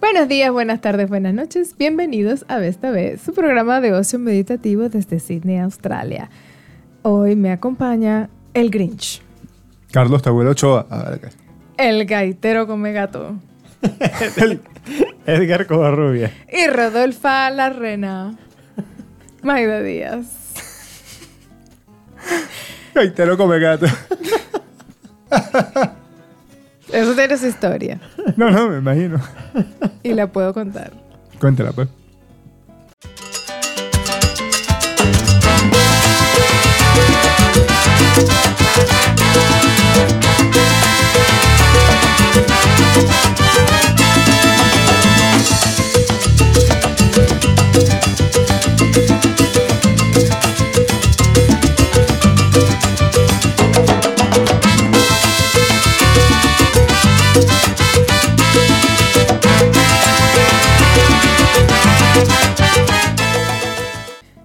Buenos días, buenas tardes, buenas noches. Bienvenidos a Vesta B, su programa de ocio meditativo desde Sydney, Australia. Hoy me acompaña el Grinch, Carlos Tabuelo Ochoa. Ah, A ver, acá. el gaitero come gato Edgar Covarrubia. y Rodolfa la rena. Magda Díaz. Gaitero come gato. Eso tiene su historia No, no, me imagino. y la puedo contar. Cuéntala, pues.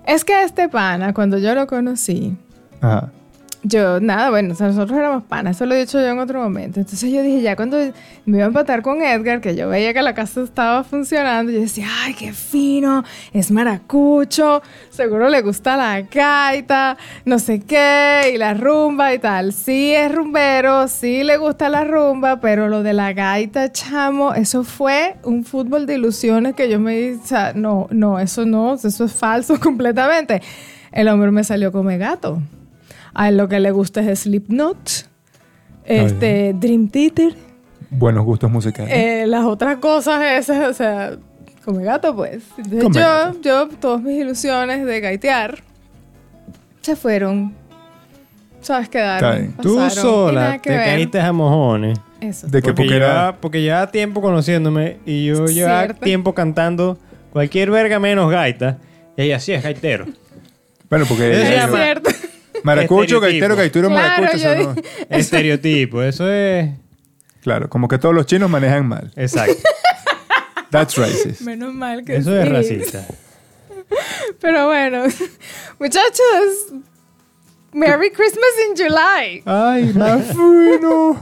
Es que este pana, cuando yo lo conocí, Ajá. Yo, nada, bueno, o sea, nosotros éramos panas, eso lo he dicho yo en otro momento. Entonces yo dije, ya cuando me iba a empatar con Edgar, que yo veía que la casa estaba funcionando, yo decía, ay, qué fino, es maracucho, seguro le gusta la gaita, no sé qué, y la rumba y tal. Sí, es rumbero, sí le gusta la rumba, pero lo de la gaita, chamo, eso fue un fútbol de ilusiones que yo me o sea, no, no, eso no, eso es falso completamente. El hombre me salió como gato. A él lo que le gusta es Slipknot, este, Dream Theater, Buenos gustos musicales. eh, las otras cosas esas, o sea, come gato pues. Entonces Come yo, gato. yo, todas mis ilusiones de gaitear se fueron, ¿sabes? Está Quedaron, bien. Tú pasaron, y sola nada que te ver. caíste a mojones. Eso. De que Porque porque era. llevaba, porque llevaba tiempo conociéndome y yo Cierto. llevaba tiempo cantando cualquier verga menos gaita. Y ella sí es gaitero. Bueno, porque. eh, Es Es llama- cierto. Estereotipo. Maracucho, gaitero, gaitero, Claro, maracucho. yo eso no- dije- Estereotipo, eso es. Claro, como que todos los chinos manejan mal. Exacto. That's racist. Menos mal que Eso es sí. racista. Pero bueno, muchachos, Merry Christmas in July. Ay, más fino.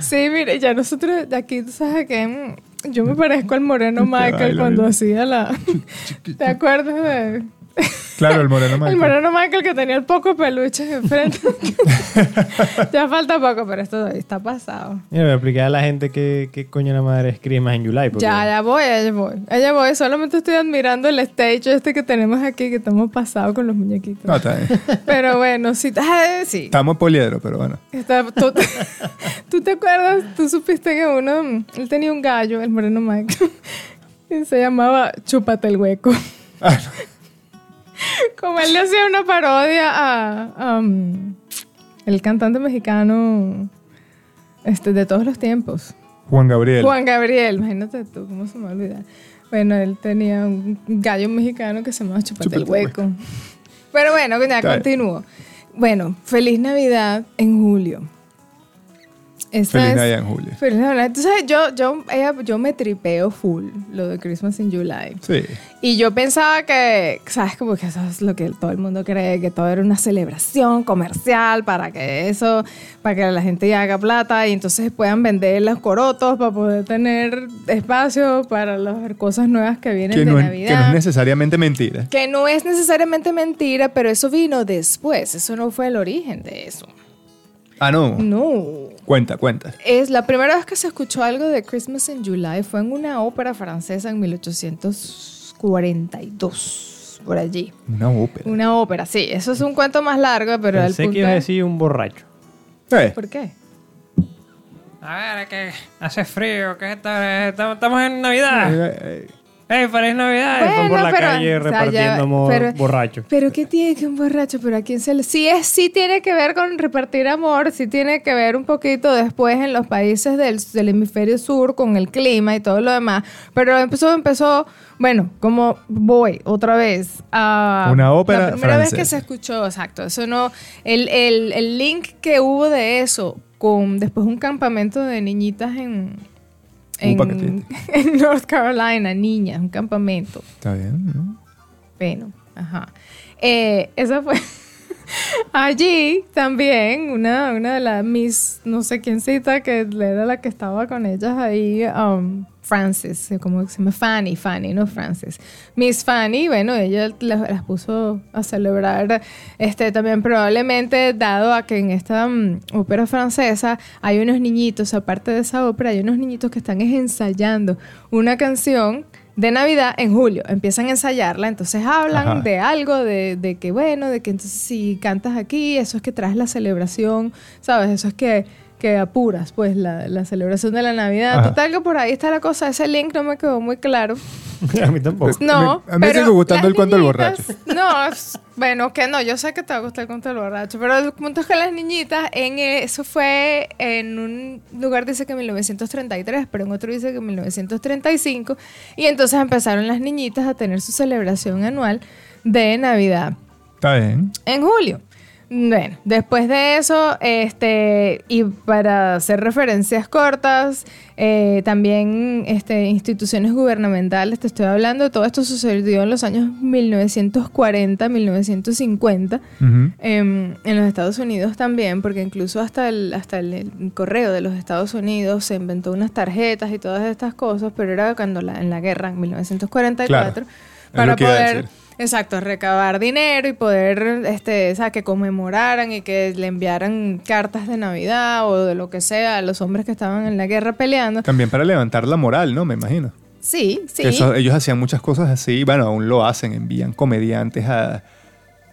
Sí, mire, ya nosotros de aquí, tú sabes que mm, yo me parezco al moreno Michael baila cuando bien. hacía la... ¿Te acuerdas de...? Claro, el moreno pues. El Michael. moreno Michael que tenía el poco de peluches enfrente. ya falta poco, pero esto todavía está pasado. Mira, voy a explicar a la gente qué, qué coño la madre es Christmas en July. Porque Ya, ya voy, ya voy. Ya voy, solamente estoy admirando el stage este que tenemos aquí, que estamos pasados con los muñequitos. No, está bien. Pero bueno, sí, ah, sí. Estamos poliedro, pero bueno. Está- tú, ¿Tú te acuerdas? Tú supiste que uno, mm, él tenía un gallo, el moreno Michael, y se llamaba Chúpate el hueco. Ah, Como él le hacía una parodia a, a, mm, el cantante mexicano este, de todos los tiempos. Juan Gabriel. Juan Gabriel, imagínate tú, cómo se me olvida. Bueno, él tenía un gallo mexicano que se llamaba Chupate el Chúpate el Hueco. Pero bueno, ya Está bien. continúo. Bueno, feliz Navidad en julio. Esa Feliz es- Navidad en julio. Feliz Navidad. Tú sabes, yo, yo, ella- yo me tripeo full lo de Christmas in July. Sí. Y yo pensaba que, ¿sabes? Como que eso es lo que todo el mundo cree, que todo era una celebración comercial para que eso, para que la gente haga plata y entonces puedan vender los corotos para poder tener espacio para las cosas nuevas que vienen Que de no, es, que no es Navidad. necesariamente mentira. que no es necesariamente mentira, pero eso vino después, eso no fue el origen de eso. Ah, no. Mm. No. Cuenta, cuenta. Es la primera vez que se escuchó algo de Christmas in July fue en una ópera francesa en 1842, por allí. Una ópera. Una ópera, sí. Eso es un cuento más largo, pero el pensé punto que iba a es- decir un borracho. Eh, ¿Por qué? A ver, que hace frío, que estamos en Navidad. eh, eh. ¡Ey, feliz Navidad! Bueno, por la pero- calle o sea, ya- repartiendo amor pero- borracho. ¿Pero qué tiene que un borracho? ¿Pero a quién se le...? Sí, es, sí tiene que ver con repartir amor, sí tiene que ver un poquito después en los países del, del hemisferio sur con el clima y todo lo demás. Pero empezó, empezó... Bueno, como voy otra vez a... Una ópera La primera vez que francesa. se escuchó, exacto. Eso no... El, el, el link que hubo de eso con después un campamento de niñitas en... En, Upa, qué triste. en North Carolina, niñas, un campamento. Está bien. ¿no? Bueno, ajá. Eh, esa fue. Allí también una, una de las mis, no sé quién cita, que era la que estaba con ellas ahí, um, Frances, como se llama Fanny, Fanny, no Frances. Miss Fanny, bueno, ella la- las, puso a celebrar, este, también probablemente dado a que en esta mm, ópera francesa hay unos niñitos, aparte de esa ópera, hay unos niñitos que están es ensayando una canción de Navidad en julio, empiezan a ensayarla, entonces hablan Ajá. de de algo, de, de que bueno, de que entonces si cantas aquí, eso es que traes la celebración, ¿sabes? Eso es que, que apuras, pues, la, la celebración de la Navidad. Ajá. Total, que por ahí está la cosa. Ese link no me quedó muy claro. a mí tampoco. No, A mí me pero sigue gustando las el cuento del borracho. niñitas- No, es- bueno, que no, yo sé que te va a gustar el cuento del borracho, pero el punto es que las niñitas, en eh, eso fue en un lugar dice que en 1933, pero en otro dice que en 1935, y entonces empezaron las niñitas a tener su celebración anual de Navidad Está bien. en julio. Bueno, después de eso, este, y para hacer referencias cortas, eh, también este, instituciones gubernamentales, te estoy hablando, todo esto sucedió en los años 1940, 1950. Ujú. Em, en los Estados Unidos también, porque incluso hasta el, hasta el, el correo de los Estados Unidos se inventó unas tarjetas y todas estas cosas, pero era cuando la, en la guerra, en 1944, Claro, es para lo que iba a poder, decir. exacto, recabar dinero y poder, este, o sea, que conmemoraran y que le enviaran cartas de Navidad o de lo que sea a los hombres que estaban en la guerra peleando. También para levantar la moral, ¿no? Me imagino. Sí, sí. Que eso- ellos hacían muchas cosas así, bueno, aún lo hacen, envían comediantes a,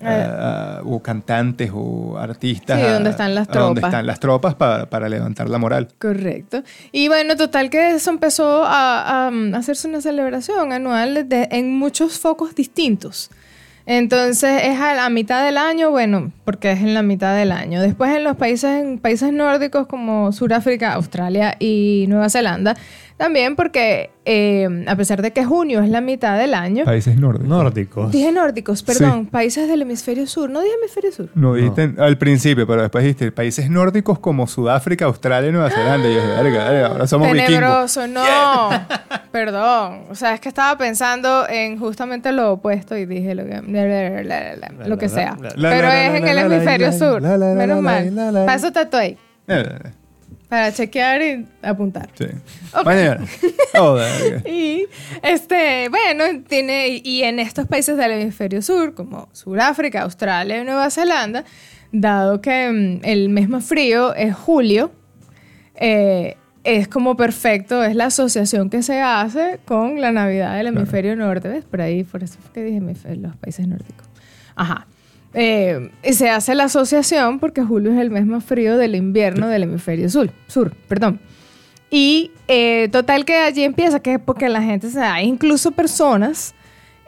a- a- o cantantes o artistas. Eh. Sí, a- donde están las a Donde tropas. están las tropas para, para levantar la moral. Correcto. Y bueno, total que eso empezó a, a, mm, hacerse una celebración anual de- en muchos focos distintos. Entonces es a la mitad del año, bueno, porque es en la mitad del año. Después en los países, en países nórdicos como Sudáfrica, Australia y Nueva Zelanda, también porque eh, a pesar de que junio es la mitad del año, Países nórdicos. Nórdicos. dije nórdicos, perdón, países del hemisferio sur, no dije hemisferio sur. No dijiste al principio, pero después dijiste países nórdicos como Sudáfrica, Australia y Nueva Zelanda. Y yo dije, verga, verga, ahora somos vikingos. Tenebroso, no. Perdón. O sea, es que estaba pensando en justamente lo opuesto y dije lo que, la, la, la, la, la, lo que sea. La, la, Pero la, es la, en la, el la, hemisferio la, sur. la, la, la, Menos la, mal. la, la. Paso tatué Eh, para chequear y apuntar. Sí. Oh, Mañana. Joder. Y este, bueno, tiene y en estos países del hemisferio sur, como Sudáfrica, Australia y Nueva Zelanda, dado que mm, el mes más frío es julio, eh, es como perfecto, es la asociación que se hace con la Navidad del hemisferio norte, ¿ves? Por ahí, por eso fue que dije hemisfer- los países nórdicos. Ajá. Eh, y se hace la asociación porque julio es el mes más frío del invierno del hemisferio sur, sur, perdón. Y eh, total que allí empieza que porque la gente se da, incluso personas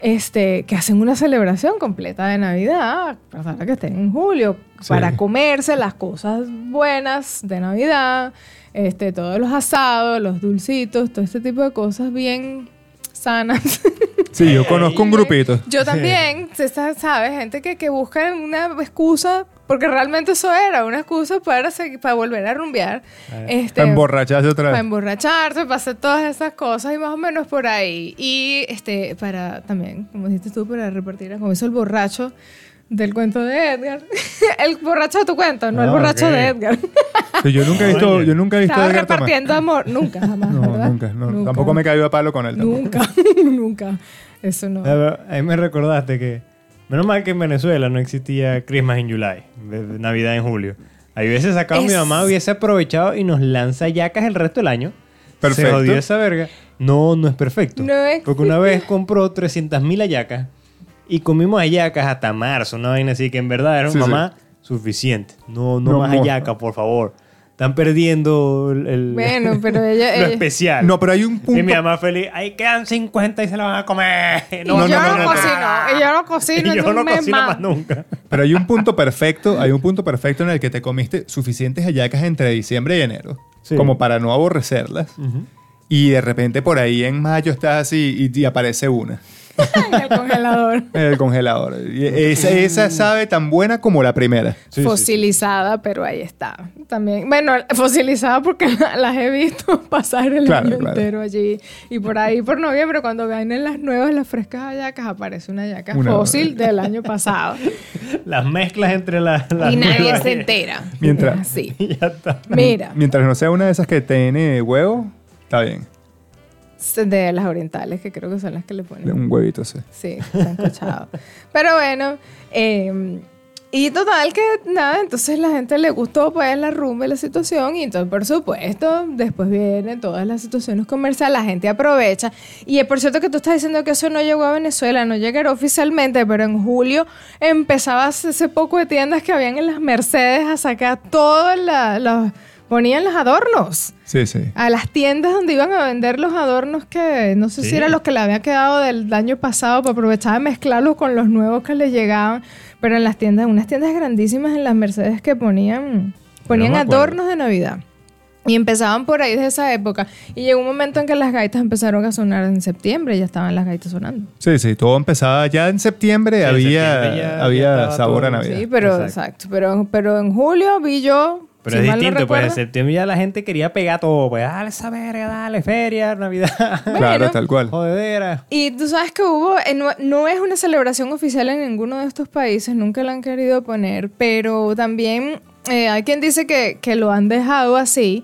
este, que hacen una celebración completa de Navidad, personas que estén en julio, Sí. para comerse las cosas buenas de Navidad, este, todos los asados, los dulcitos, todo este tipo de cosas bien sanas. Sí, yo conozco un grupito. Yo también, se sa- ¿sabes? Gente que, que busca una excusa, porque realmente eso era una excusa para, segui- para volver a rumbear. Este, Para emborracharse otra para vez. emborracharse, para hacer todas esas cosas y más o menos por ahí. Y este, para también, como dijiste tú, para repartir, como hizo el borracho del cuento de Edgar. el borracho de tu cuento, no el Ah, borracho ok. de Edgar. Sí, yo nunca he visto, yo nunca he visto em- a Estaba Edgar Tomás. repartiendo amor. Nunca, jamás, No, ¿verdad? nunca, no. Tampoco me he caído a palo con él. tampoco. Nunca, nunca. Eso no. Ah, pero Ahí me recordaste que. Menos mal que en Venezuela no existía Christmas en July, de- de Navidad en julio. Ahí hubiese sacado mi Es- mamá, hubiese aprovechado y nos lanza yacas el resto del año. Perfecto. Se jodió esa verga. No, no es perfecto. No es- Porque una vez compró 300.000 ayacas y comimos ayacas hasta marzo, una vaina así que en verdad era Sí, sí. mamá suficiente. No, no, No más moja. ayacas, por favor. Están perdiendo el, el- Bueno, pero ella- lo ella- especial. No, pero hay un Y mi punto. mamá feliz, ahí quedan 50 y se la van a comer. Y yo no no, no, no. cocino, y yo no cocino Y en yo un no mes cocino más. más nunca. Pero hay un punto perfecto, hay un punto perfecto en el que te comiste suficientes hallacas entre diciembre y enero, Sí. como para no aborrecerlas. Y de repente por ahí en mayo estás así y, y aparece una en el congelador. en el congelador. Y esa, esa sabe tan buena como la primera. fosilizada, pero ahí está. También, bueno, fosilizada porque las he visto pasar el Claro, año claro. entero allí. Y por ahí, por noviembre, cuando vienen las nuevas, las frescas hallacas, aparece una hallaca Una- fósil del año pasado. Las mezclas entre las. las y nadie nuevas se entera. Mientras- Sí. y- y ya está. Mira. Mientras no sea una de esas que tiene huevo, está bien. de las orientales, que creo que son las que le ponen. Un huevito así. Sí, sancochado. Pero bueno, eh, y total que nada, entonces la gente le gustó pues la rumba y la situación y entonces por supuesto después vienen todas las situaciones comerciales, la gente aprovecha. Y eh, por cierto que tú estás diciendo que eso no llegó a Venezuela, no llegará oficialmente, pero en julio empezaba ese poco de tiendas que habían en las Mercedes a sacar todas las... ponían los adornos Sí, sí. a las tiendas donde iban a vender los adornos que no sé si Sí. eran los que le había quedado del año pasado para aprovechar de mezclarlos con los nuevos que le llegaban, pero en las tiendas, unas tiendas grandísimas en las Mercedes que ponían ponían me acuerdo. adornos de Navidad. Y empezaban por ahí desde esa época. Y llegó un momento en que las gaitas empezaron a sonar en septiembre, ya estaban las gaitas sonando. Sí, sí, todo empezaba ya en septiembre, en había, septiembre ya- ya había estaba sabor a todo, Navidad. sí, pero exacto. exacto. Pero, pero en julio vi yo. Pero si es mal no distinto, pues en recuerdo- septiembre ya la gente quería pegar todo. Pues dale esa verga, dale feria, Navidad, Claro, Bueno. tal cual. jodedera. Y tú sabes que hubo, eh, no, no es una celebración oficial en ninguno de estos países, nunca la han querido poner, pero también eh, hay quien dice que, que lo han dejado así,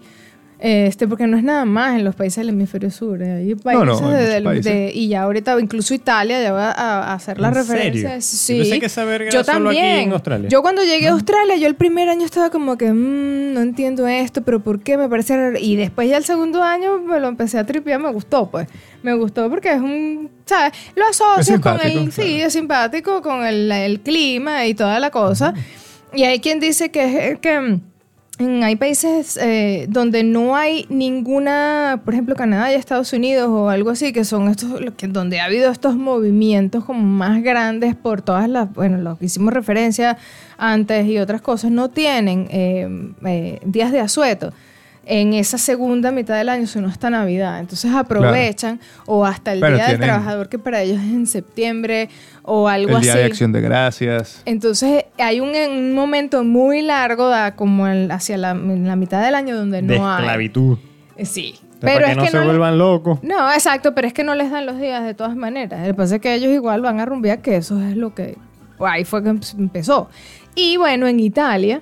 eh, este, porque no es nada más en los países del hemisferio sur, eh, hay países, no, hay de- muchos del- países. de- y ya ahorita incluso Italia ya va a, a hacer la ¿En referencia. serio? Sí. Yo pensé que esa verga Yo era solo aquí también. en Australia. Yo cuando llegué a Australia, yo el primer año estaba como que, "Mm, no entiendo esto, pero ¿por qué? Me parecía raro". Y después ya el segundo año me lo empecé a tripear, me gustó, pues. Me gustó porque es un, ¿sabes? Lo asocias con el, simpático, sí, es simpático, con el, el clima y toda la cosa. Y hay quien dice que, que mm, hay países eh, donde no hay ninguna, por ejemplo, Canadá y Estados Unidos o algo así, que son estos, lo que- donde ha habido estos movimientos como más grandes por todas las, bueno, los que hicimos referencia antes y otras cosas, no tienen eh, eh, días de asueto en esa segunda mitad del año, sino hasta Navidad. Entonces aprovechan o hasta el Bueno, Día del tienen- Trabajador, que para ellos es en septiembre o algo El así. Día de Acción de Gracias. Entonces hay un, un momento muy largo, da como el- hacia la, la mitad del año, donde de no hay. esclavitud. Eh, Sí. Para Pero que es no que se no, vuelvan locos. no, exacto, pero es que no les dan los días de todas maneras. Lo que pasa es que ellos igual van a rumbear, que eso es lo que. Ahí fue que empe- empezó. Y bueno, en Italia.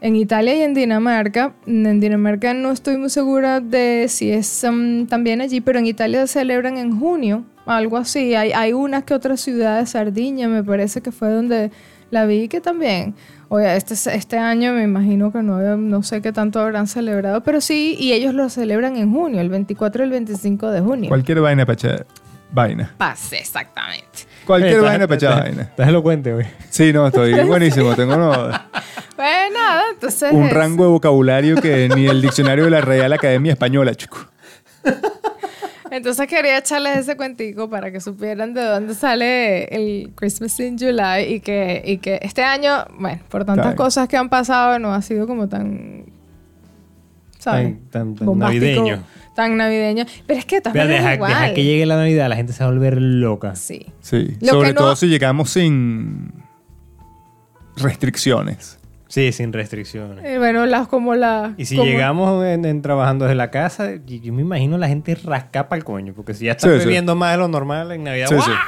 En Italia y en Dinamarca, Mm, en Dinamarca no estoy muy segura de si es mm, también allí, pero en Italia celebran en junio, algo así. Hay, hay unas que otras ciudades, Sardinia me parece que fue donde la vi que también. Oye, este, este año me imagino que no, había- no sé qué tanto habrán celebrado, pero sí, y ellos lo celebran en junio, el 24 y el 25 de junio. Cualquier vaina pachada. Vaina. Pase, exactamente. Cualquier Estás- vaina pachada estás- vaina. Estás elocuente, güey. Sí, no, estoy buenísimo. Tengo uno- Pues nada, entonces... un es- rango de vocabulario que ni el diccionario de la Real Academia Española, chico. Entonces quería echarles ese cuentico para que supieran de dónde sale el Christmas in July y que, y que este año, bueno, por tantas Claro. cosas que han pasado, no ha sido como tan... ¿sabes? Tan- tan- tan Bombástico, navideño. Tan navideño. Pero es que también Pero es deja, igual. deja que llegue la Navidad, la gente se va a volver loca. Sí. Sí. Lo Sobre que no- todo si llegamos sin restricciones. Sí, sin restricciones. Eh, bueno, las como la... Y si como- llegamos en, en trabajando desde la casa, y- yo me imagino la gente rasca para el coño, porque si ya Sí, estás sí. bebiendo más de lo normal en Navidad, Sí, sí. ¡guau!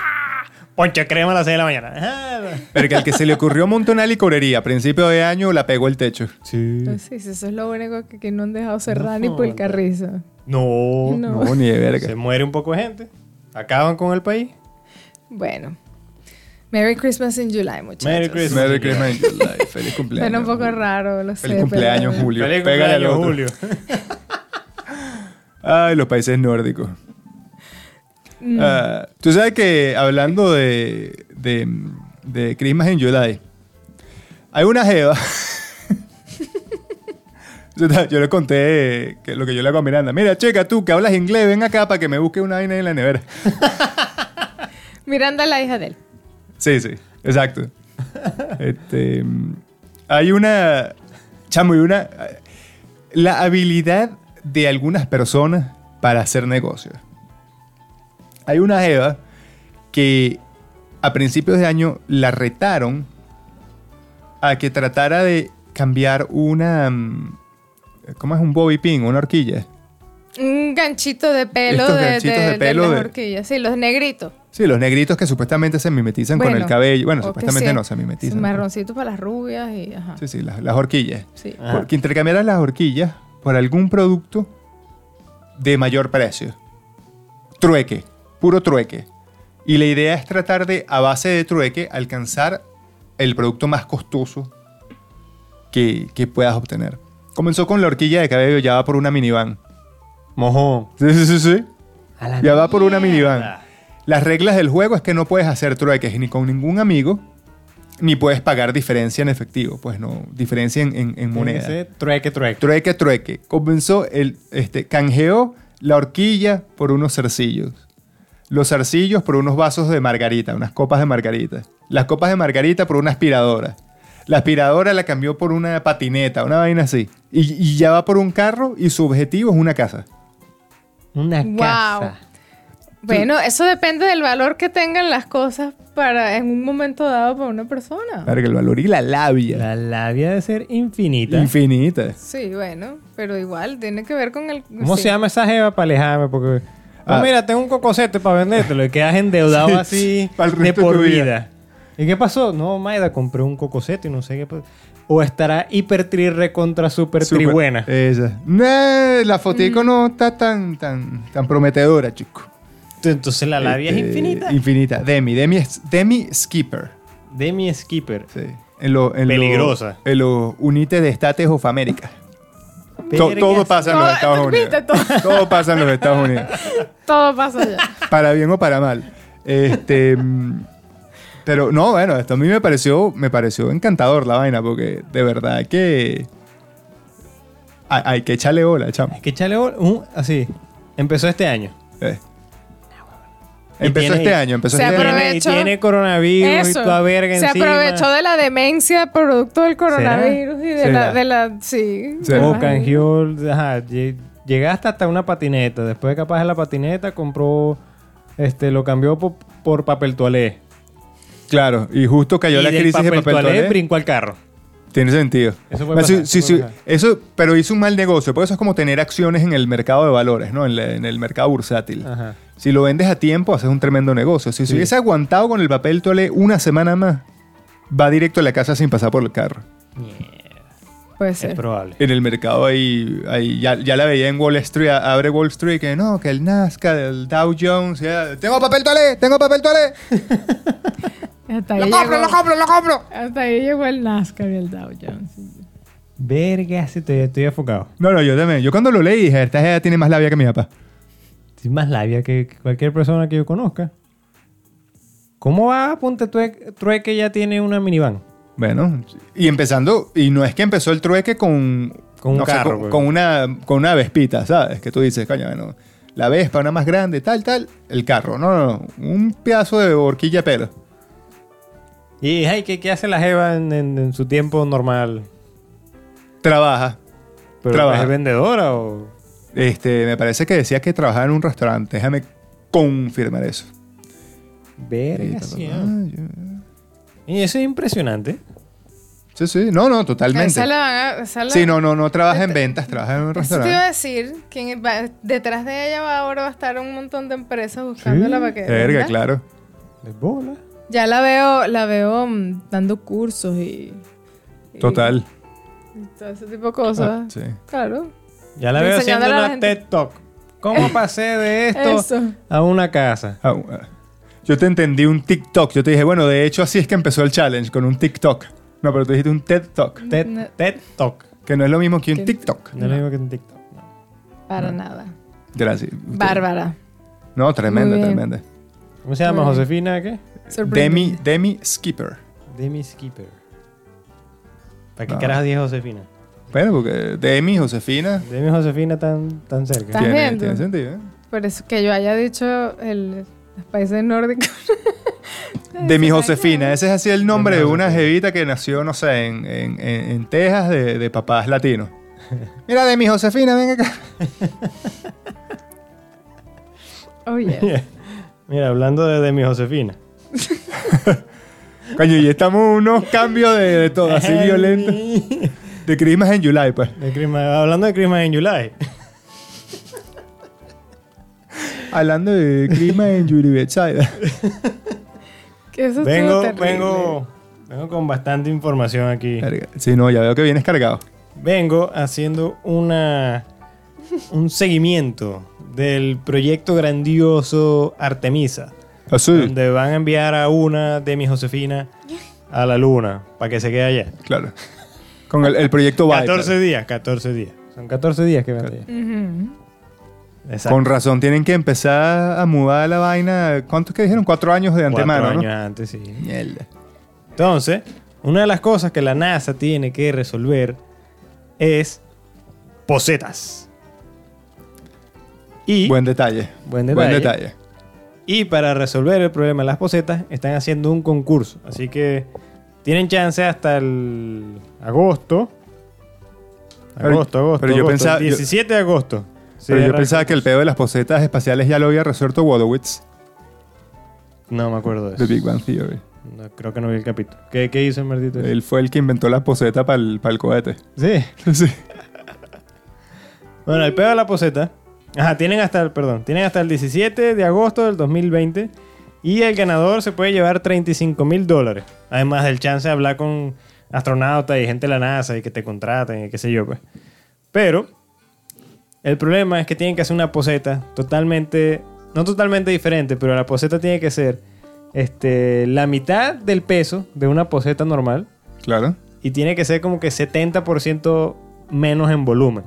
Ponche crema a las 6 de la mañana. Ah. Pero que al que se le ocurrió montar una licorería a principio de año la pegó el techo. Sí. Sí, sí, eso es lo único que, que no han dejado cerrar ni joda. por el carrizo. No, No. No, ni de Se verga. muere un poco de gente. Acaban con el país. Bueno. Merry Christmas in July, muchachos. Merry Christmas. Merry Christmas in July. Feliz cumpleaños. Suena un poco raro, lo sé. Feliz pero- cumpleaños, Julio. Feliz Pégale al cumpleaños, otro. Julio. Ay, los países nórdicos. Mm. Ah, Tú sabes que hablando de, de, de Christmas in July, hay una jeva. yo, ta- yo le conté que lo que yo le hago a Miranda. Mira, checa tú que hablas inglés, ven acá para que me busque una vaina en la nevera. Miranda es la hija de él. Sí, sí, exacto. Este, mm, hay una. Chamo, y una. La habilidad de algunas personas para hacer negocios. Hay una Eva que a principios de año la retaron a que tratara de cambiar una. mm, ¿Cómo es un bobby pin? Una horquilla. Un ganchito de pelo Estos de, ganchitos de de, de pelo las de- horquillas. Sí, los negritos. Sí, los negritos que supuestamente se mimetizan con el cabello. Bueno, o que supuestamente sea- no se mimetizan. pues. Marroncitos para las rubias y ajá. Sí, sí, las, las horquillas. Sí. Ajá. Porque intercambiaran las horquillas por algún producto de mayor precio. trueque, puro trueque. Y la idea es tratar de, a base de trueque, alcanzar el producto más costoso que, que puedas obtener. Comenzó con la horquilla de cabello, ya va por una minivan. Mojón. Sí, sí, sí, sí. A la Ya va por una mierda. minivan. Las reglas del juego es que no puedes hacer trueques ni con ningún amigo, ni puedes pagar diferencia en efectivo, pues no, diferencia en, en- en moneda. Ese Trueque, trueque. Trueque, trueque. Comenzó el, este, canjeó la horquilla por unos zarcillos. Los zarcillos por unos vasos de margarita, unas copas de margarita. Las copas de margarita por una aspiradora. La aspiradora la cambió por una patineta, una vaina así. Y, y ya va por un carro y su objetivo es una casa. Una Wow. casa. Bueno, eso depende del valor que tengan las cosas para en un momento dado para una persona. Claro que el valor y la labia. La labia de ser infinita. Infinita. Sí, bueno, pero igual tiene que ver con el. ¿Cómo sí. se llama esa jeva para alejarme? Porque. Ah, Ah. mira, tengo un cocosete para vendértelo y quedas endeudado Sí, así pa'l resto de de por tu vida. vida. ¿Y qué pasó? No, Maida, compré un cocosete y no sé qué pasó. O estará hiper tri recontra super, tri Súper. buena. Esa. Nah, la fotico no está tan, tan, tan prometedora, chico. Entonces la labia es Este, infinita. Infinita. Demi. Demi, es- Demi Skipper. Demi Skipper. Sí. En lo- en lo- Peligrosa. en los United States of America. To- Vergas. todo pasa en los Todo- Estados Unidos. viste, todo. Todo pasa en los Estados Unidos. Todo pasa allá. Para bien o para mal. Este. mm, Pero no, bueno, esto a mí me pareció, me pareció encantador la vaina, porque de verdad que. Hay, hay que echarle bola, chamo. Hay que echarle bol- un- así. Empezó este año. Eh. Y Empezó tiene- este año, empezó Se este aprove- año. Tiene, y Aprovechó. tiene coronavirus y toda verga se encima. aprovechó de la demencia producto del coronavirus y de ¿Será? la, de la. Sí. ¿Será? me O Ajá. imagino. canjeó, ajá, lle- llegaste hasta una patineta. Después, capaz, de la patineta compró, este, lo cambió po- por, papel toalé. Claro, y justo cayó y la del crisis de papel toalé. brincó al carro. Tiene sentido. Eso puede Sí, pasar, sí, eso puede sí. pasar. Eso, pero hizo un mal negocio. Por eso es como tener acciones en el mercado de valores, ¿no? En, la- en el mercado bursátil. Ajá. Si lo vendes a tiempo, haces un tremendo negocio. Si se Ah. Sí. hubiese aguantado con el papel toalé una semana más, va directo a la casa sin pasar por el carro. Puede Es ser. probable. En el mercado ahí, ahí ya, ya la veía en Wall Street, a- abre Wall Street, que no, que el Nazca, el Dow Jones, ya, tengo papel toalé, tengo papel toalé. Hasta ahí Lo llegó- compro, lo compro, lo compro. Hasta ahí llegó el NASCAR y el Dow Jones. Verga, si estoy, estoy enfocado. No, no, yo también. Yo cuando lo leí dije, esta idea tiene más labia que mi papá. Tienes más labia que que cualquier persona que yo conozca. ¿Cómo va? Ponte true- trueque ya tiene una minivan. Bueno, y empezando, y no es que empezó el trueque con, Con un no sé, carro, con- pues. con, una, con una vespita, ¿sabes? Que tú dices, coño, bueno, la vespa, una más grande, tal, tal, el carro. No, no, no, un pedazo de horquilla de pelo. Y, ay, ¿qué, qué hace la Jeva en, en- en su tiempo normal? Trabaja. ¿Pero Trabaja. ¿Es vendedora o...? Este, me parece que decía que trabajaba en un restaurante. Déjame confirmar eso. Verga, sí. ah. Ah, yo- Y eso es impresionante. Sí, sí. No, no, totalmente. Esa la van a. esa la- Sí, no, no, no trabaja en ventas, trabaja en un Eso te iba a restaurante. decir que va- detrás de ella va, ahora va a estar un montón de empresas buscándola para que. Verga, venda. claro. De bola. Ya la veo, la veo mm, dando cursos y. y- Total. y todo ese tipo de cosas. Ah, sí. Claro. Ya la Y veo haciendo enseñándole a la una gente. Eh, TED Talk. ¿Cómo pasé de esto Eso. a una casa? Ah, ah. Yo te entendí un TikTok. Yo te dije, bueno, de hecho así es que empezó el challenge, con un TikTok. No, pero tú dijiste un TED Talk, TED, No. TED Talk. que no es lo mismo que un Que- TikTok. No es lo mismo que un TikTok. no. Ah. Para nada. Gracias. Bárbara. No, Muy tremenda, bien. tremenda. ¿Cómo se llama? Muy bien. ¿Josefina qué? Sorprendente. Demi, Demi Skipper. Demi Skipper. ¿Para qué No. carajo dije Josefina? Bueno, porque Demi, Josefina. Demi y Josefina tan, tan cerca. Tan- ¿Estás Tiene, viendo? tiene sentido, ¿eh? Por eso que yo haya dicho el, los países nórdicos. Demi Josefina, ese es así el nombre Demi de una Josefina. jevita que nació, no sé, en, en- en- en Texas de, de papás latinos. Mira, Demi Josefina, ven acá. Oh, yes. Mira, hablando de Demi Josefina. Coño, y estamos unos cambios de, de todo, así violentos. De Christmas en July, pues. De Christmas- hablando de Christmas en July. Hablando de clima en Yuribechaida. Que eso estuvo Vengo, terrible. vengo, vengo con bastante información aquí. Sí, no, ya veo que vienes cargado. Vengo haciendo una un seguimiento del proyecto grandioso Artemisa, Azul. donde van a enviar a una de mi Josefina a la luna para que se quede allá. Claro. Con el, el proyecto Viper. 14 días, 14 días. Son 14 días que van allá. Ujú. Exacto. Con razón, tienen que empezar a mudar la vaina. ¿Cuántos que dijeron? Cuatro años de Cuatro antemano, años ¿no? antes, sí. Mierda. Entonces, una de las cosas que la NASA tiene que resolver es posetas. Y, Buen detalle. Buen detalle. y para resolver el problema de las posetas, están haciendo un concurso. Así que tienen chance hasta el agosto. Pero- Agosto, agosto. pero yo agosto, pensaba- yo- 17 de agosto. Pero yo Cierra- pensaba que el pedo de las posetas espaciales ya lo había resuelto Wolowitz No me acuerdo de de eso. Big Bang Theory. No, creo que no vi el capítulo. ¿Qué, qué hizo el maldito? ese? Él fue el que inventó la poseta para el, cohete. Sí. Sí. Bueno, el pedo de la poseta. Ajá, tienen hasta el, perdón, tienen hasta el 17 de agosto del 2020. Y el ganador se puede llevar 35 mil dólares. Además del chance de hablar con astronautas y gente de la NASA y que te contraten y qué sé yo, pues. Pero el problema es que tienen que hacer una poseta totalmente, no totalmente diferente, pero la poseta tiene que ser este, la mitad del peso de una poseta normal Claro. y tiene que ser como que 70% menos en volumen.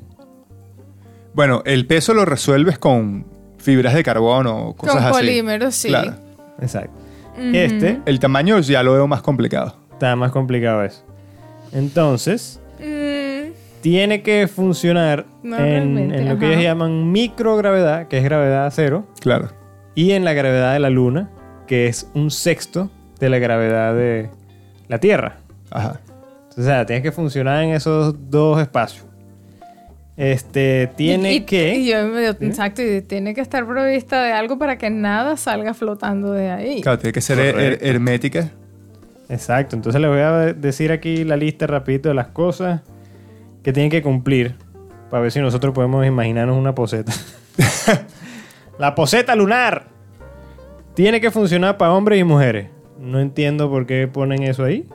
Bueno, el peso lo resuelves con fibras de carbono o cosas Con así. polímeros, sí. Claro. Exacto. Ujú. Este El tamaño ya lo veo más complicado. está más complicado eso. Entonces, Mm, tiene que funcionar No, en, realmente, en lo que ajá. ellos llaman microgravedad, que es gravedad cero, Claro. y en la gravedad de la Luna, que es un sexto de la gravedad de la Tierra. Ajá. O sea, tienes que funcionar en esos dos espacios. Este, tiene y- y- que... ¿Eh? y yo me- exacto, y tiene que estar provista de algo para que nada salga flotando de ahí. Claro, tiene que ser her- Correcto. hermética. Exacto, entonces les voy a decir aquí la lista rapidito de las cosas que tienen que cumplir para ver si nosotros podemos imaginarnos una poseta. la poseta lunar tiene que funcionar para hombres y mujeres. No entiendo por qué ponen eso ahí.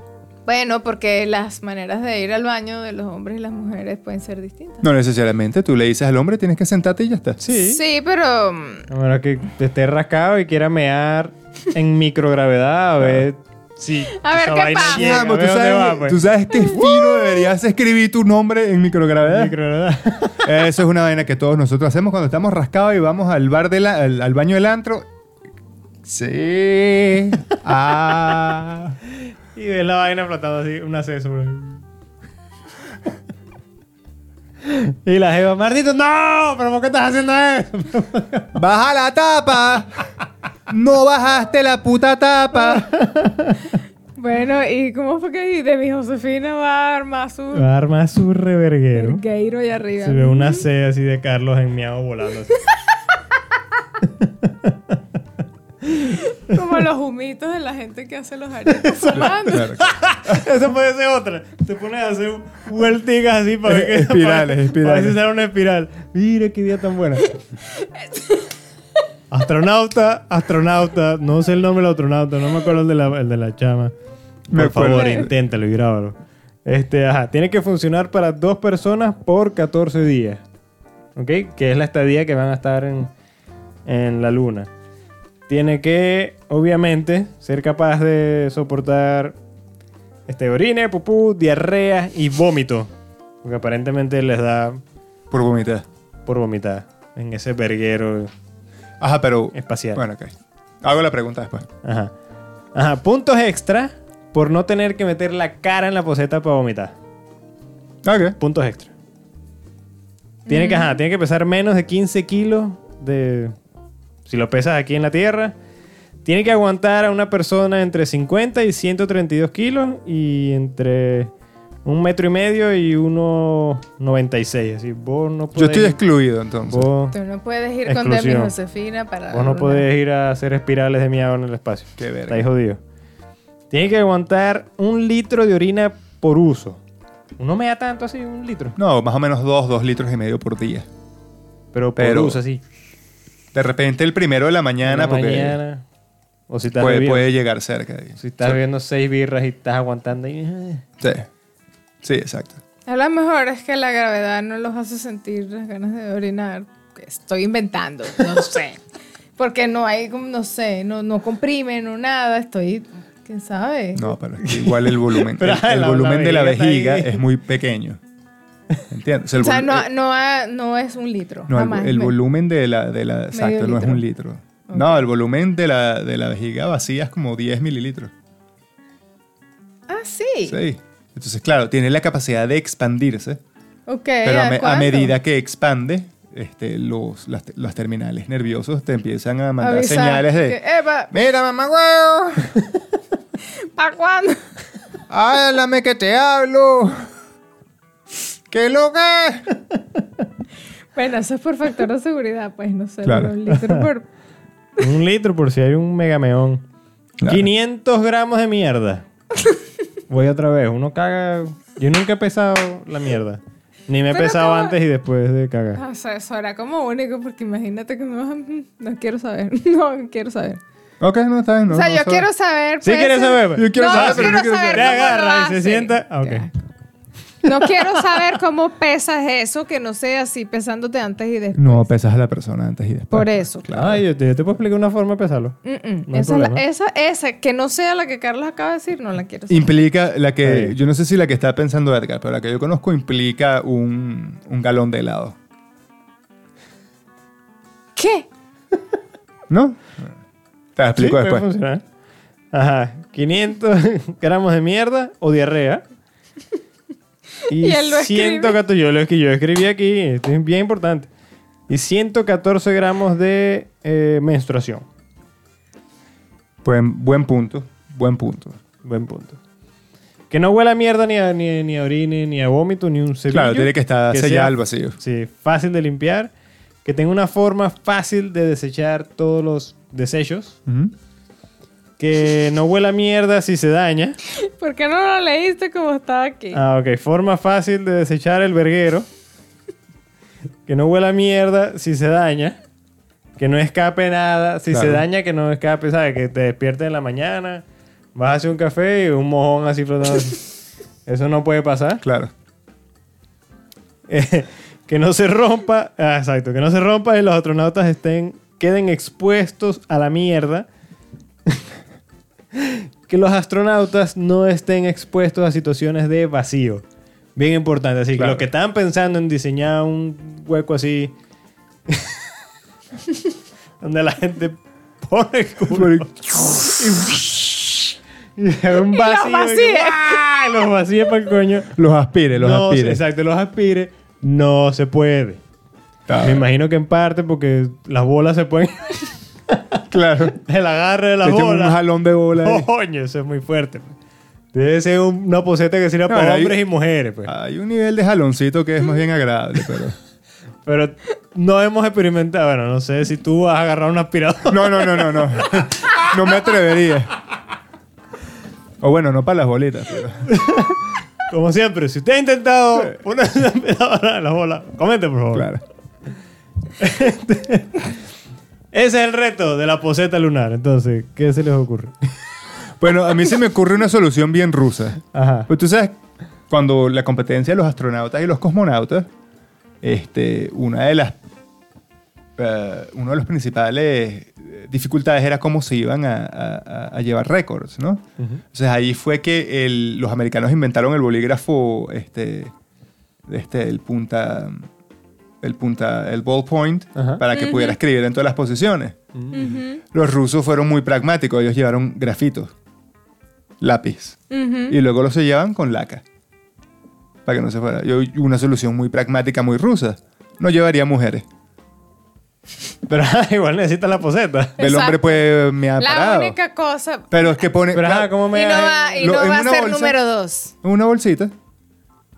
Bueno, porque las maneras de ir al baño de los hombres y las mujeres pueden ser distintas. No necesariamente. Tú le dices al hombre, tienes que sentarte y ya está. Sí, pero mm, A menos que te esté rascado y quiera mear en microgravedad a ver si A ver esa qué vaina pasa. llega, Vamos, a ver tú, dónde sabes, va, pues. tú sabes qué fino deberías escribir tu nombre en microgravedad. Microgravedad. Eso es una vaina que todos nosotros hacemos cuando estamos rascados y vamos al bar de la- al, al baño del antro. Sí. Ah. Y ves la vaina flotando así, un acceso. por ahí. y la jeva, Martito, no, pero ¿por qué estás haciendo eso? Baja la tapa. No bajaste la puta tapa. bueno, ¿y cómo fue que de mi Josefina va a armar su Arma su reverguero. gairo y arriba? Se ve una C así de Carlos en miau volando. así. Como los humitos de la gente que hace los aretes fumando. Claro. Eso puede ser otra. Te pones a hacer vueltas así para ver qué Espirales, espirales. Para ver si sale una espiral. Mira qué idea tan buena. astronauta, astronauta. No sé el nombre del astronauta. No me acuerdo el de la, el de la chama. Por Me acuerdo. favor, inténtalo y grábalo. Este, ajá. Tiene que funcionar para dos personas por 14 días. ¿Ok? Que es la estadía que van a estar en, en la luna. Tiene que, obviamente, ser capaz de soportar este, orines, pupú, diarrea y vómito. Porque aparentemente les da Por vomitar. por vomitar en ese verguero Ajá, pero. espacial. Bueno, ok. Hago la pregunta después. Ajá. Ajá. Puntos extra por no tener que meter la cara en la poseta para vomitar. Ok. Puntos extra. Tiene que, ajá, tiene que pesar menos de 15 kilos de... Si lo pesas aquí en la Tierra. Tiene que aguantar a una persona entre 50 y 132 kilos y entre un metro y medio y 1,96. Así, vos no Yo podés... estoy excluido entonces. vos, Tú no puedes ir con Demi Exclusión. Josefina para. vos no una- podés ir a hacer espirales de miau en el espacio. Qué verga. Está ahí jodido. Tiene que aguantar un litro de orina por uso. Uno me da tanto así, un litro. No, más o menos dos, dos litros y medio por día. Pero, Pero- por uso así. De repente el primero de la En mañana, la porque mañana. O si estás, puede, bebiendo, puede llegar cerca. eh. si estás bebiendo seis birras y estás aguantando. ahí. Sí. Sí, exacto. A lo mejor es que la gravedad no los hace sentir las ganas de orinar. Estoy inventando, no sé. Porque no hay, como- no sé, no, no comprime, no nada. Estoy, quién sabe. No, pero es que igual el volumen, el, Pero, el la- volumen la de la vejiga vejiga está ahí. es muy pequeño. ¿Entiendes? el o sea, volu- no, eh, no, ha- no es un litro. no, el- jamás. el, Me- volumen de la, de la exacto, no es litro. un litro. No, el volumen de la, de la vejiga vacía es como 10 mililitros. Ah, sí. Sí. Entonces, claro, tiene la capacidad de expandirse, Ok. pero a, ¿a me- a cuánto? medida que expande, este, los, las- los terminales nerviosos te empiezan a mandar Avisar señales de... que, "Epa, Mira, mamá, huevo. ¿pa' cuándo? Háblame que te hablo. ¡Qué loca! Bueno, eso es por factor de seguridad, pues no sé. Claro. pero Un litro por. Un litro por si hay un megameón. Claro. 500 gramos de mierda. Voy otra vez. Uno caga. Yo nunca he pesado la mierda. Ni me he Pero pesado como- antes y después de cagar. Ah, O sea, eso era como único, porque imagínate que no. No quiero saber. No quiero saber. Ok, no está bien. no, o sea, no yo sabe. quiero saber. ¿Sí pues, quieres saber? Yo quiero no, saber, yo pero quiero no quiero saber. saber. Te cómo lo agarra y se hace. sienta. Ah, ok. Qué asco. No quiero saber cómo pesas eso, que no sea así pesándote antes y después. No, pesas a la persona antes y después. Por eso. Claro. Ah, yo te, yo te puedo explicar una forma de pesarlo. Mm-mm. No esa, hay es la- problema. esa, esa, que no sea la que Carlos acaba de decir, no la quiero saber. Implica la que, Sí. yo no sé si la que está pensando Edgar, pero la que yo conozco implica un, un galón de helado. ¿Qué? ¿No? pues, Te la explico Sí, puede después. funcionar. Ajá. 500 gramos de mierda o diarrea. Y, Y él lo escribe. 114 yo lo que yo escribí aquí, esto es bien importante. Y 114 gramos de eh, menstruación. Buen, buen punto, buen punto. Buen punto. Que no huela a mierda ni a, ni, ni a orine, ni a vómito, ni un cebillo. Claro, tiene que estar sea- sellada al vacío. Sí, fácil de limpiar. Que tenga una forma fácil de desechar todos los desechos. Ujú. Que no huela a mierda si se daña. ¿Por qué no lo leíste como estaba aquí? Ah, ok. Forma fácil de desechar el verguero. Que no huela a mierda si se daña. Que no escape nada. Si se Claro. daña, que no escape, ¿sabes? Que te despiertes en la mañana, vas a hacer un café y un mojón así flotando. Eso no puede pasar. Claro. Eh, que no se rompa. ah, exacto. Que no se rompa y los astronautas estén, queden expuestos a la mierda. que los astronautas no estén expuestos a situaciones de vacío. Bien importante. Así que Claro. los que estaban pensando en diseñar un hueco así. donde la gente pone el culo. y haga un vacío. y que, vacíe. ¡ah! Los vacíe para el coño Los aspire, los no, aspire. Exacto, los aspire. No se puede. Claro. Me imagino que en parte porque las bolas se pueden. Claro. el agarre de las Te tengo un bolas. jalón de bola. ahí. Coño, eso es muy fuerte. pues. Debe ser un- una poseta que sirva No, Ah. para hay- hombres y mujeres. pues. Hay un nivel de jaloncito que es más bien agradable, pero... Pero no hemos experimentado. Bueno, no sé si tú vas a agarrar un aspirador. No, no, no, no, no. No me atrevería. O bueno, no para las boletas, pero... Como siempre, si usted ha intentado una aspiradora de las bolas, comente por favor. Claro. Ese es el reto de la poseta lunar. Entonces, ¿qué se les ocurre? Bueno, a mí se me ocurre una solución bien rusa. Ajá. Pues tú sabes, cuando la competencia de los astronautas y los cosmonautas, este, una de las... eh, uno de los principales eh, dificultades era cómo se iban a, a- a- a llevar récords, ¿no? Entonces ahí fue que el- los americanos inventaron el bolígrafo, este, este, el punta, el punta, el ballpoint, Ajá. para que pudiera escribir en todas las posiciones. Ujú, Los rusos fueron muy pragmáticos, ellos llevaron grafitos, lápiz, ujú. y luego los sellaban con laca, para que no se fuera. Yo, una solución muy pragmática, muy rusa, no llevaría mujeres. Pero ah, igual necesitas la poseta. El Exacto. hombre puede me ha La parado. única cosa. Pero es que pone Pero ajá, ¿cómo me Y no va, y Lo- no en va a una ser bolsa. número dos. una bolsita.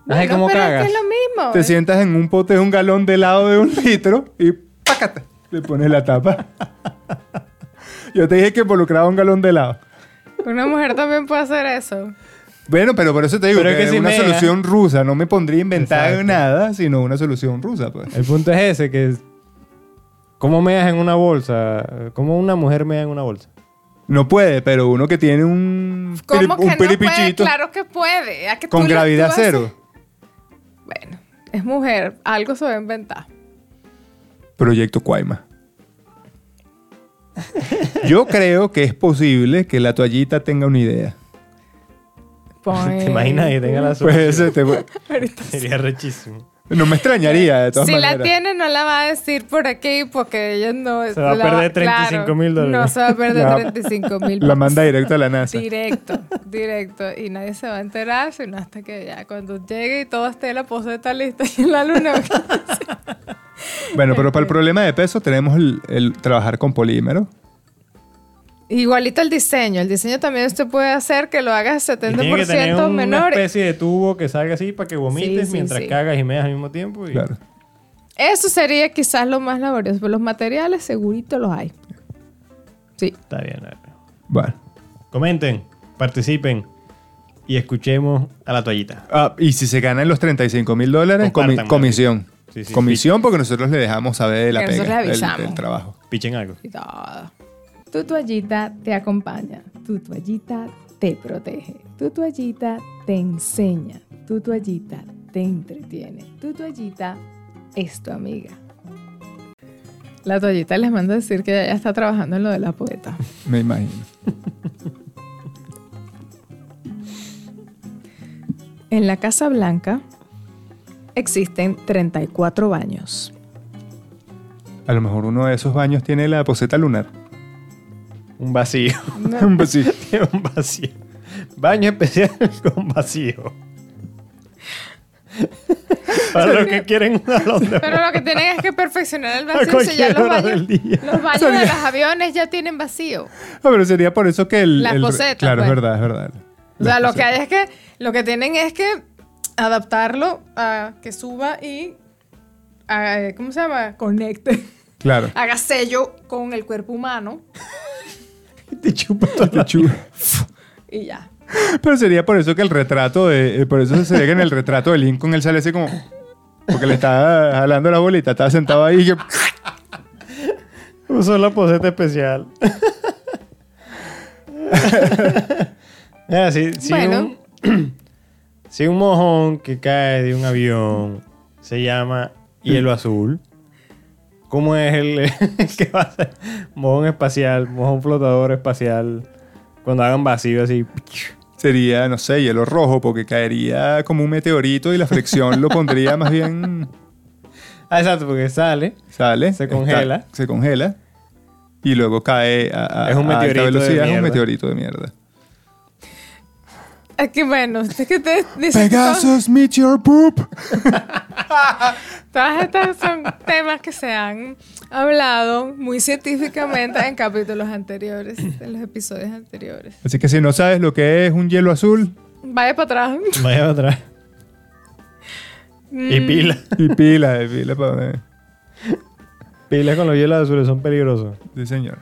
Ay, Bueno, ¿cómo pero cagas? Es, que es lo mismo. eh. Te sientas en un pote de un galón de helado de un litro y ¡pácata! Le pones la tapa. Yo te dije que involucraba un galón de helado. Una mujer también puede hacer eso. Bueno, pero por eso te digo Pero es que que es si una me- solución rusa. No me pondría a inventar Exacto. nada, sino una solución rusa, pues. El punto es ese, que es- ¿Cómo meas en una bolsa? ¿Cómo una mujer mea en una bolsa? No puede, pero uno que tiene un, ¿Cómo piri- un que no puede? piripichito Claro que puede. ¿A que con tú le- gravedad tú haces- cero. Bueno, es mujer, algo se va a inventar. Proyecto Cuaima. Yo creo que es posible que la toallita tenga una idea. Pon- ¿Te imaginas que tenga la Pues solución? se te- Ahorita- Sería rechísimo. no me extrañaría de todas si maneras. la tiene, no la va a decir por aquí porque ella no. Se va a la perder claro, 35.000 dólares. No se va a La- perder 35 mil La manda directo a la NASA. Directo, directo. Y nadie se va a enterar, sino hasta que ya cuando llegue y todo esté la poseta lista y en la luna. Bueno, pero para el problema de peso tenemos el, el trabajar con polímero. Igualito el diseño. El diseño también usted puede hacer que lo haga Y tiene que 70% tener una menor. especie de tubo que salga así para que vomites sí, mientras sí. cagas y meas al mismo tiempo. y- Claro. Eso sería quizás lo más laborioso, pero los materiales segurito los hay. Sí. Está bien. a ver. Bueno. Comenten, participen y escuchemos a la toallita. Ah, y si se ganan los 35 mil dólares, comi- Compartan, comisión. Sí, sí. comisión porque nosotros le dejamos saber de la Nosotros pega, le del- avisamos. del trabajo. Pichen algo. y todo. Tu toallita te acompaña, tu toallita te protege, tu toallita te enseña, tu toallita te entretiene, tu toallita es tu amiga. La toallita les manda a decir que ella está trabajando en lo de la poeta. Me imagino. En la Casa Blanca existen 34 baños. A lo mejor uno de esos baños tiene la poseta lunar. Un vacío. Un vacío. un vacío. Baño especial con vacío. Para los que quieren una Londres. Pero lo que tienen es que perfeccionar el A vacío. si ya cualquier los hora baños, del día. los baños de los aviones ya tienen vacío. Ah, pero sería por eso que el. Las el- posetas, Claro, es pues. verdad, es verdad. O sea, Las lo que posetas. hay es que lo que tienen es que adaptarlo a que suba y a- ¿cómo se llama? Conecte. Claro. Haga sello con el cuerpo humano Te chupa toda la Chu- y ya. Pero sería por eso que el retrato de. eh, Por eso sería que en el retrato de Lincoln él sale así como. Porque le estaba jalando la bolita, estaba sentado ahí. y que- Usó la poseta especial. Mira, si, si Bueno. un, si un mojón que cae de un avión se llama hielo azul, ¿cómo es el, el que va a ser? Mojón espacial, mojón flotador espacial. Cuando hagan vacío así. Sería, no sé, hielo rojo, porque caería como un meteorito y la fricción lo pondría más bien. Ah, exacto, porque sale. Sale. Se congela. está- se congela. Y luego cae a, a- Es un a alta meteorito de velocidad. es un mierda. meteorito de mierda. Es que bueno, es que te dicen que son- Pegasus, Meteor Poop. todas estas son temas que se han hablado muy científicamente en capítulos anteriores, en los episodios anteriores. Así que si no sabes lo que es un hielo azul Vaya para atrás. Vaya para atrás. Y Mm. pila. y pila, y pila para poner. Pilas con los hielos azules son peligrosos. Sí, señor.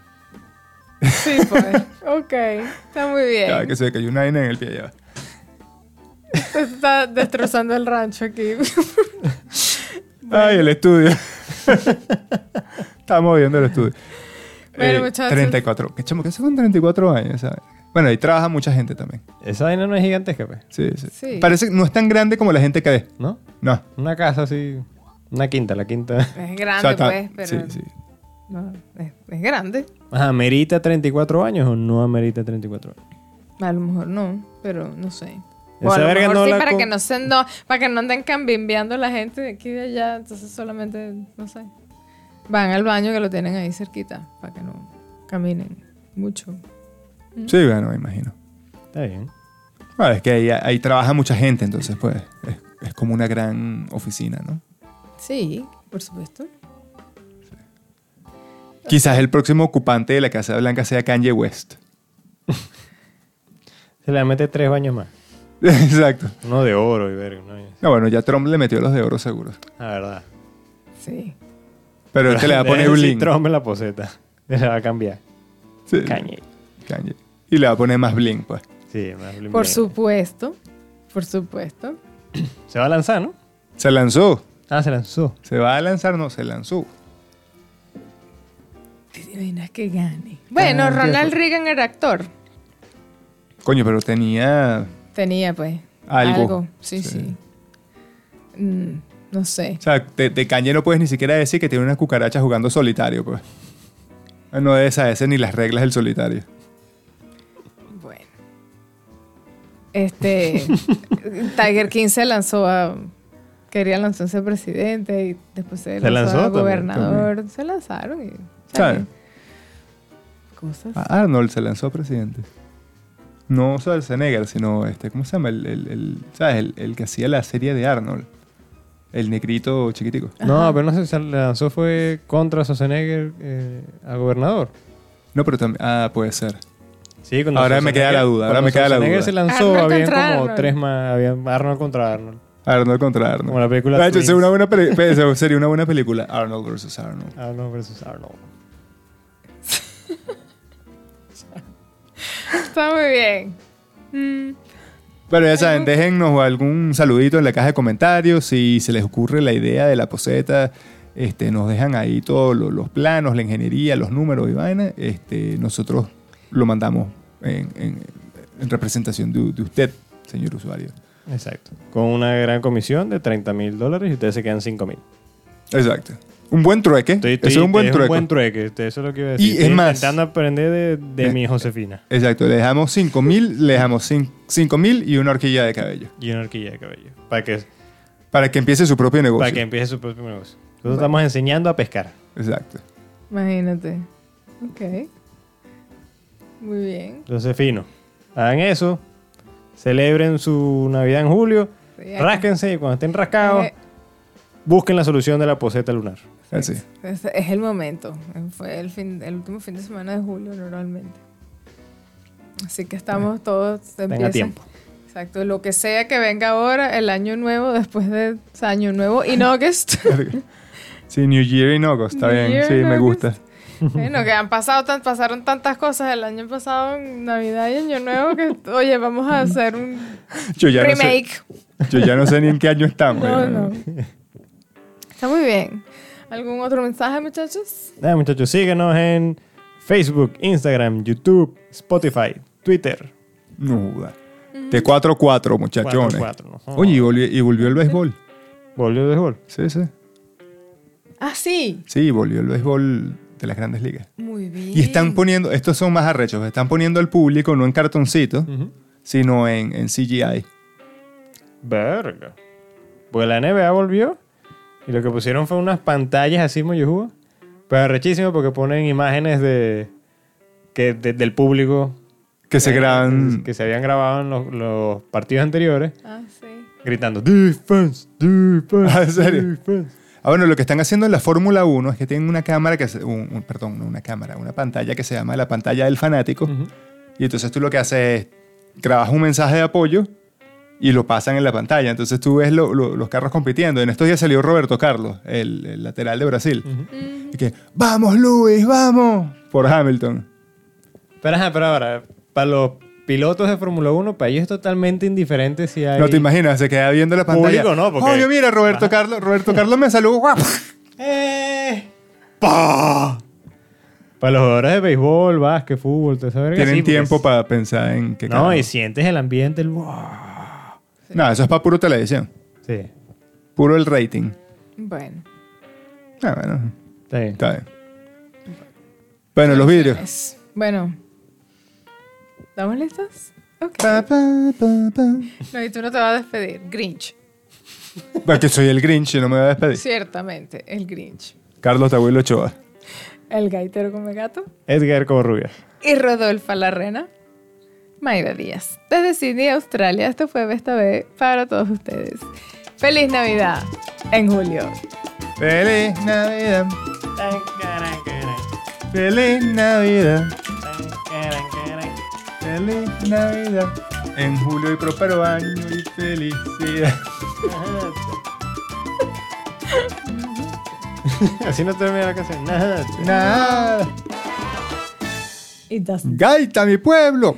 Sí, pues. Ok, está muy bien. Ya, que se cayó una vaina en el pie ya. va. Se está destrozando el rancho aquí. Ay, el estudio. Estamos moviendo el estudio. Eh, Bueno, muchachos. 34. ¿Qué chamo? ¿Qué hace con 34 años? ¿sabes? Bueno, ahí trabaja mucha gente también. Esa vaina no es gigantesca, pues, Sí, sí. Sí. Parece que no es tan grande como la gente que ve. ¿no? No. Una casa así. Una quinta, la quinta. Es O grande, sea, está- pues, pero. Sí, sí. no, es, es grande. Ajá, ¿amerita 34 años o no amerita 34 años? A lo mejor no, pero no sé. Esa O a lo verga mejor no sí, la para con- que no se no, para que no anden cambimbeando la gente de aquí y de allá. Entonces solamente, no sé. Van al baño que lo tienen ahí cerquita, para que no caminen mucho. Mm. Sí, bueno, me imagino. Está bien. Ah, es que ahí, ahí trabaja mucha gente, entonces, pues, es, es como una gran oficina, ¿no? Sí, por supuesto. Quizás el próximo ocupante de la Casa Blanca sea Kanye West. Se le mete tres baños más. Exacto. Uno de oro y verga. ¿no? No, bueno, ya Trump le metió los de oro seguros. La verdad. Sí. Pero este le va a poner un Déjense link. Trump en la poseta. Se la va a cambiar. Sí, Cañe. Kanye. Y le va a poner más bling, pues. Sí, más bling Por bling. supuesto. Por supuesto. Se va a lanzar, ¿no? Se lanzó. Ah, se lanzó. Se va a lanzar, no, se lanzó. ¿Te imaginas que gane? Bueno, Ronald Reagan era actor. Coño, pero tenía. Tenía, pues. Algo. Sí, Sí. sí. mm, no sé. O sea, de, de Kanye no puedes ni siquiera decir que tiene una cucaracha jugando solitario, pues. Ah, No debes a ese ni las reglas del solitario. Bueno. Este. Tiger King se lanzó a. Quería lanzarse a presidente y después se, Se lanzó, lanzó a también, gobernador. Se lanzaron y. ¿Sabes? Cosas. A Ah, Arnold se lanzó a presidente. No Schwarzenegger, sino este, ¿cómo se llama? El, el- el- ¿Sabes? El, el que hacía la serie de Arnold. El negrito chiquitico. No, pero no sé si se lanzó fue contra Schwarzenegger eh, a gobernador. No, pero también. Ah, puede ser. Sí, cuando Ahora me queda la duda, ahora cuando me queda la Schwarzenegger duda. se lanzó, Arnold habían como contra Arnold. tres más, habían Arnold contra Arnold. Arnold contra Arnold. Como la película De hecho, Twins. sería Ah, una, buena peli- pe- sería una buena película. Arnold vs. Arnold. Arnold versus Arnold. Está muy bien. Mm, Pero ya saben, déjennos algún saludito en la caja de comentarios. Si se les ocurre la idea de la poseta, este, nos dejan ahí todos lo- los planos, la ingeniería, los números y vaina. Este, nosotros lo mandamos en, en- en representación de, de usted, señor usuario. Exacto. Con una gran comisión de 30 mil dólares y ustedes se quedan 5 mil. Exacto. Un buen trueque. Estoy- Eso es estoy- un buen es trueque. trueque, te- Eso es lo que iba a decir. Y es Estoy más- Intentando aprender de, de Eh. mi Josefina Exacto. Le dejamos 5 mil, le dejamos 5 mil y una horquilla de cabello. y una horquilla de cabello. Para que, Para que empiece su propio negocio. para que empiece su propio negocio. Nosotros estamos enseñando a pescar. Exacto. imagínate. Ok. Muy bien. Entonces, fino. Hagan eso. Celebren su Navidad en julio. Sí, acá- Rásquense y cuando estén rascados, Eh, busquen la solución de la poseta lunar. Así. Es, es el momento. Fue el, fin, el último fin de semana de julio normalmente. Así que estamos todos. Tenga empieza- tiempo. Exacto. Lo que sea que venga ahora, el año nuevo, después de o sea, año nuevo in August. Sí, New Year in August. Está New bien. Year sí, in me August. gusta. bueno, eh, que han pasado, tan, pasaron tantas cosas el año pasado, Navidad y Año Nuevo, que oye, vamos a hacer un Yo ya no sé- remake. Yo ya no sé ni en qué año estamos. No, ya. no. Está muy bien. ¿Algún otro mensaje, muchachos? Nada, muchachos, síguenos en Facebook, Instagram, YouTube, Spotify, Twitter. No joda. De 4-4, muchachones. 4-4, no joda. Oye, y volvió, y volvió el béisbol. Volvió el béisbol. Sí, sí. Ah, sí. Sí, volvió el béisbol de las grandes ligas. Muy bien. Y están poniendo, estos son más arrechos, están poniendo al público no en cartoncito, sino en, en CGI. Verga. Porque la NBA volvió y lo que pusieron fue unas pantallas así muy yujú, Pero rechísimo porque ponen imágenes de, que, de- del público Que se eh, graban. que se habían grabado en los, los partidos anteriores Ah, sí. gritando defense, defense. Ah, ¿en serio? defense". Ah, bueno, lo que están haciendo en la Fórmula 1 es que tienen una cámara que se, un, un- perdón, no una cámara, una pantalla que se llama la pantalla del fanático. Y entonces tú lo que haces es grabas un mensaje de apoyo y lo pasan en la pantalla. Entonces tú ves lo- lo- los carros compitiendo. En estos días salió Roberto Carlos, el, el lateral de Brasil. Y que, vamos Luis, vamos, por Hamilton. Pero, ajá, pero ahora, para los pilotos de Fórmula 1, para ellos es totalmente indiferente si hay... No te imaginas, se queda viendo la pantalla. Público no, porque- Oye, mira, Roberto Carlos, Roberto Carlos me saludó. ¡guau! ¡Eh! ¡Pah! Para los jugadores de béisbol, básquet, fútbol, te sabes Tienen tiempo para pensar en qué No, carajo. y sientes el ambiente, el... wow. No, eso es para puro televisión, Sí, puro el rating. Bueno. Ah, bueno, está bien. está bien. Bueno, los vidrios. Es- bueno. ¿Estamos listos? Ok. Pa, pa, pa, pa. No, y tú no te vas a despedir. Grinch. Bueno, que soy el Grinch y no me voy a despedir. Ciertamente, el Grinch. Carlos Tabuelo Ochoa. El gaitero come gato. Edgar Covarrubias. Y Rodolfa la rena. Mayra Díaz. Desde Sydney, Australia, esto fue Besta B para todos ustedes. ¡Feliz Navidad! En julio. Feliz Navidad, feliz Navidad, feliz Navidad. En julio y próspero año y felicidad. Así no termina la canción. Nada. Nada. Y das Gaita, mi pueblo.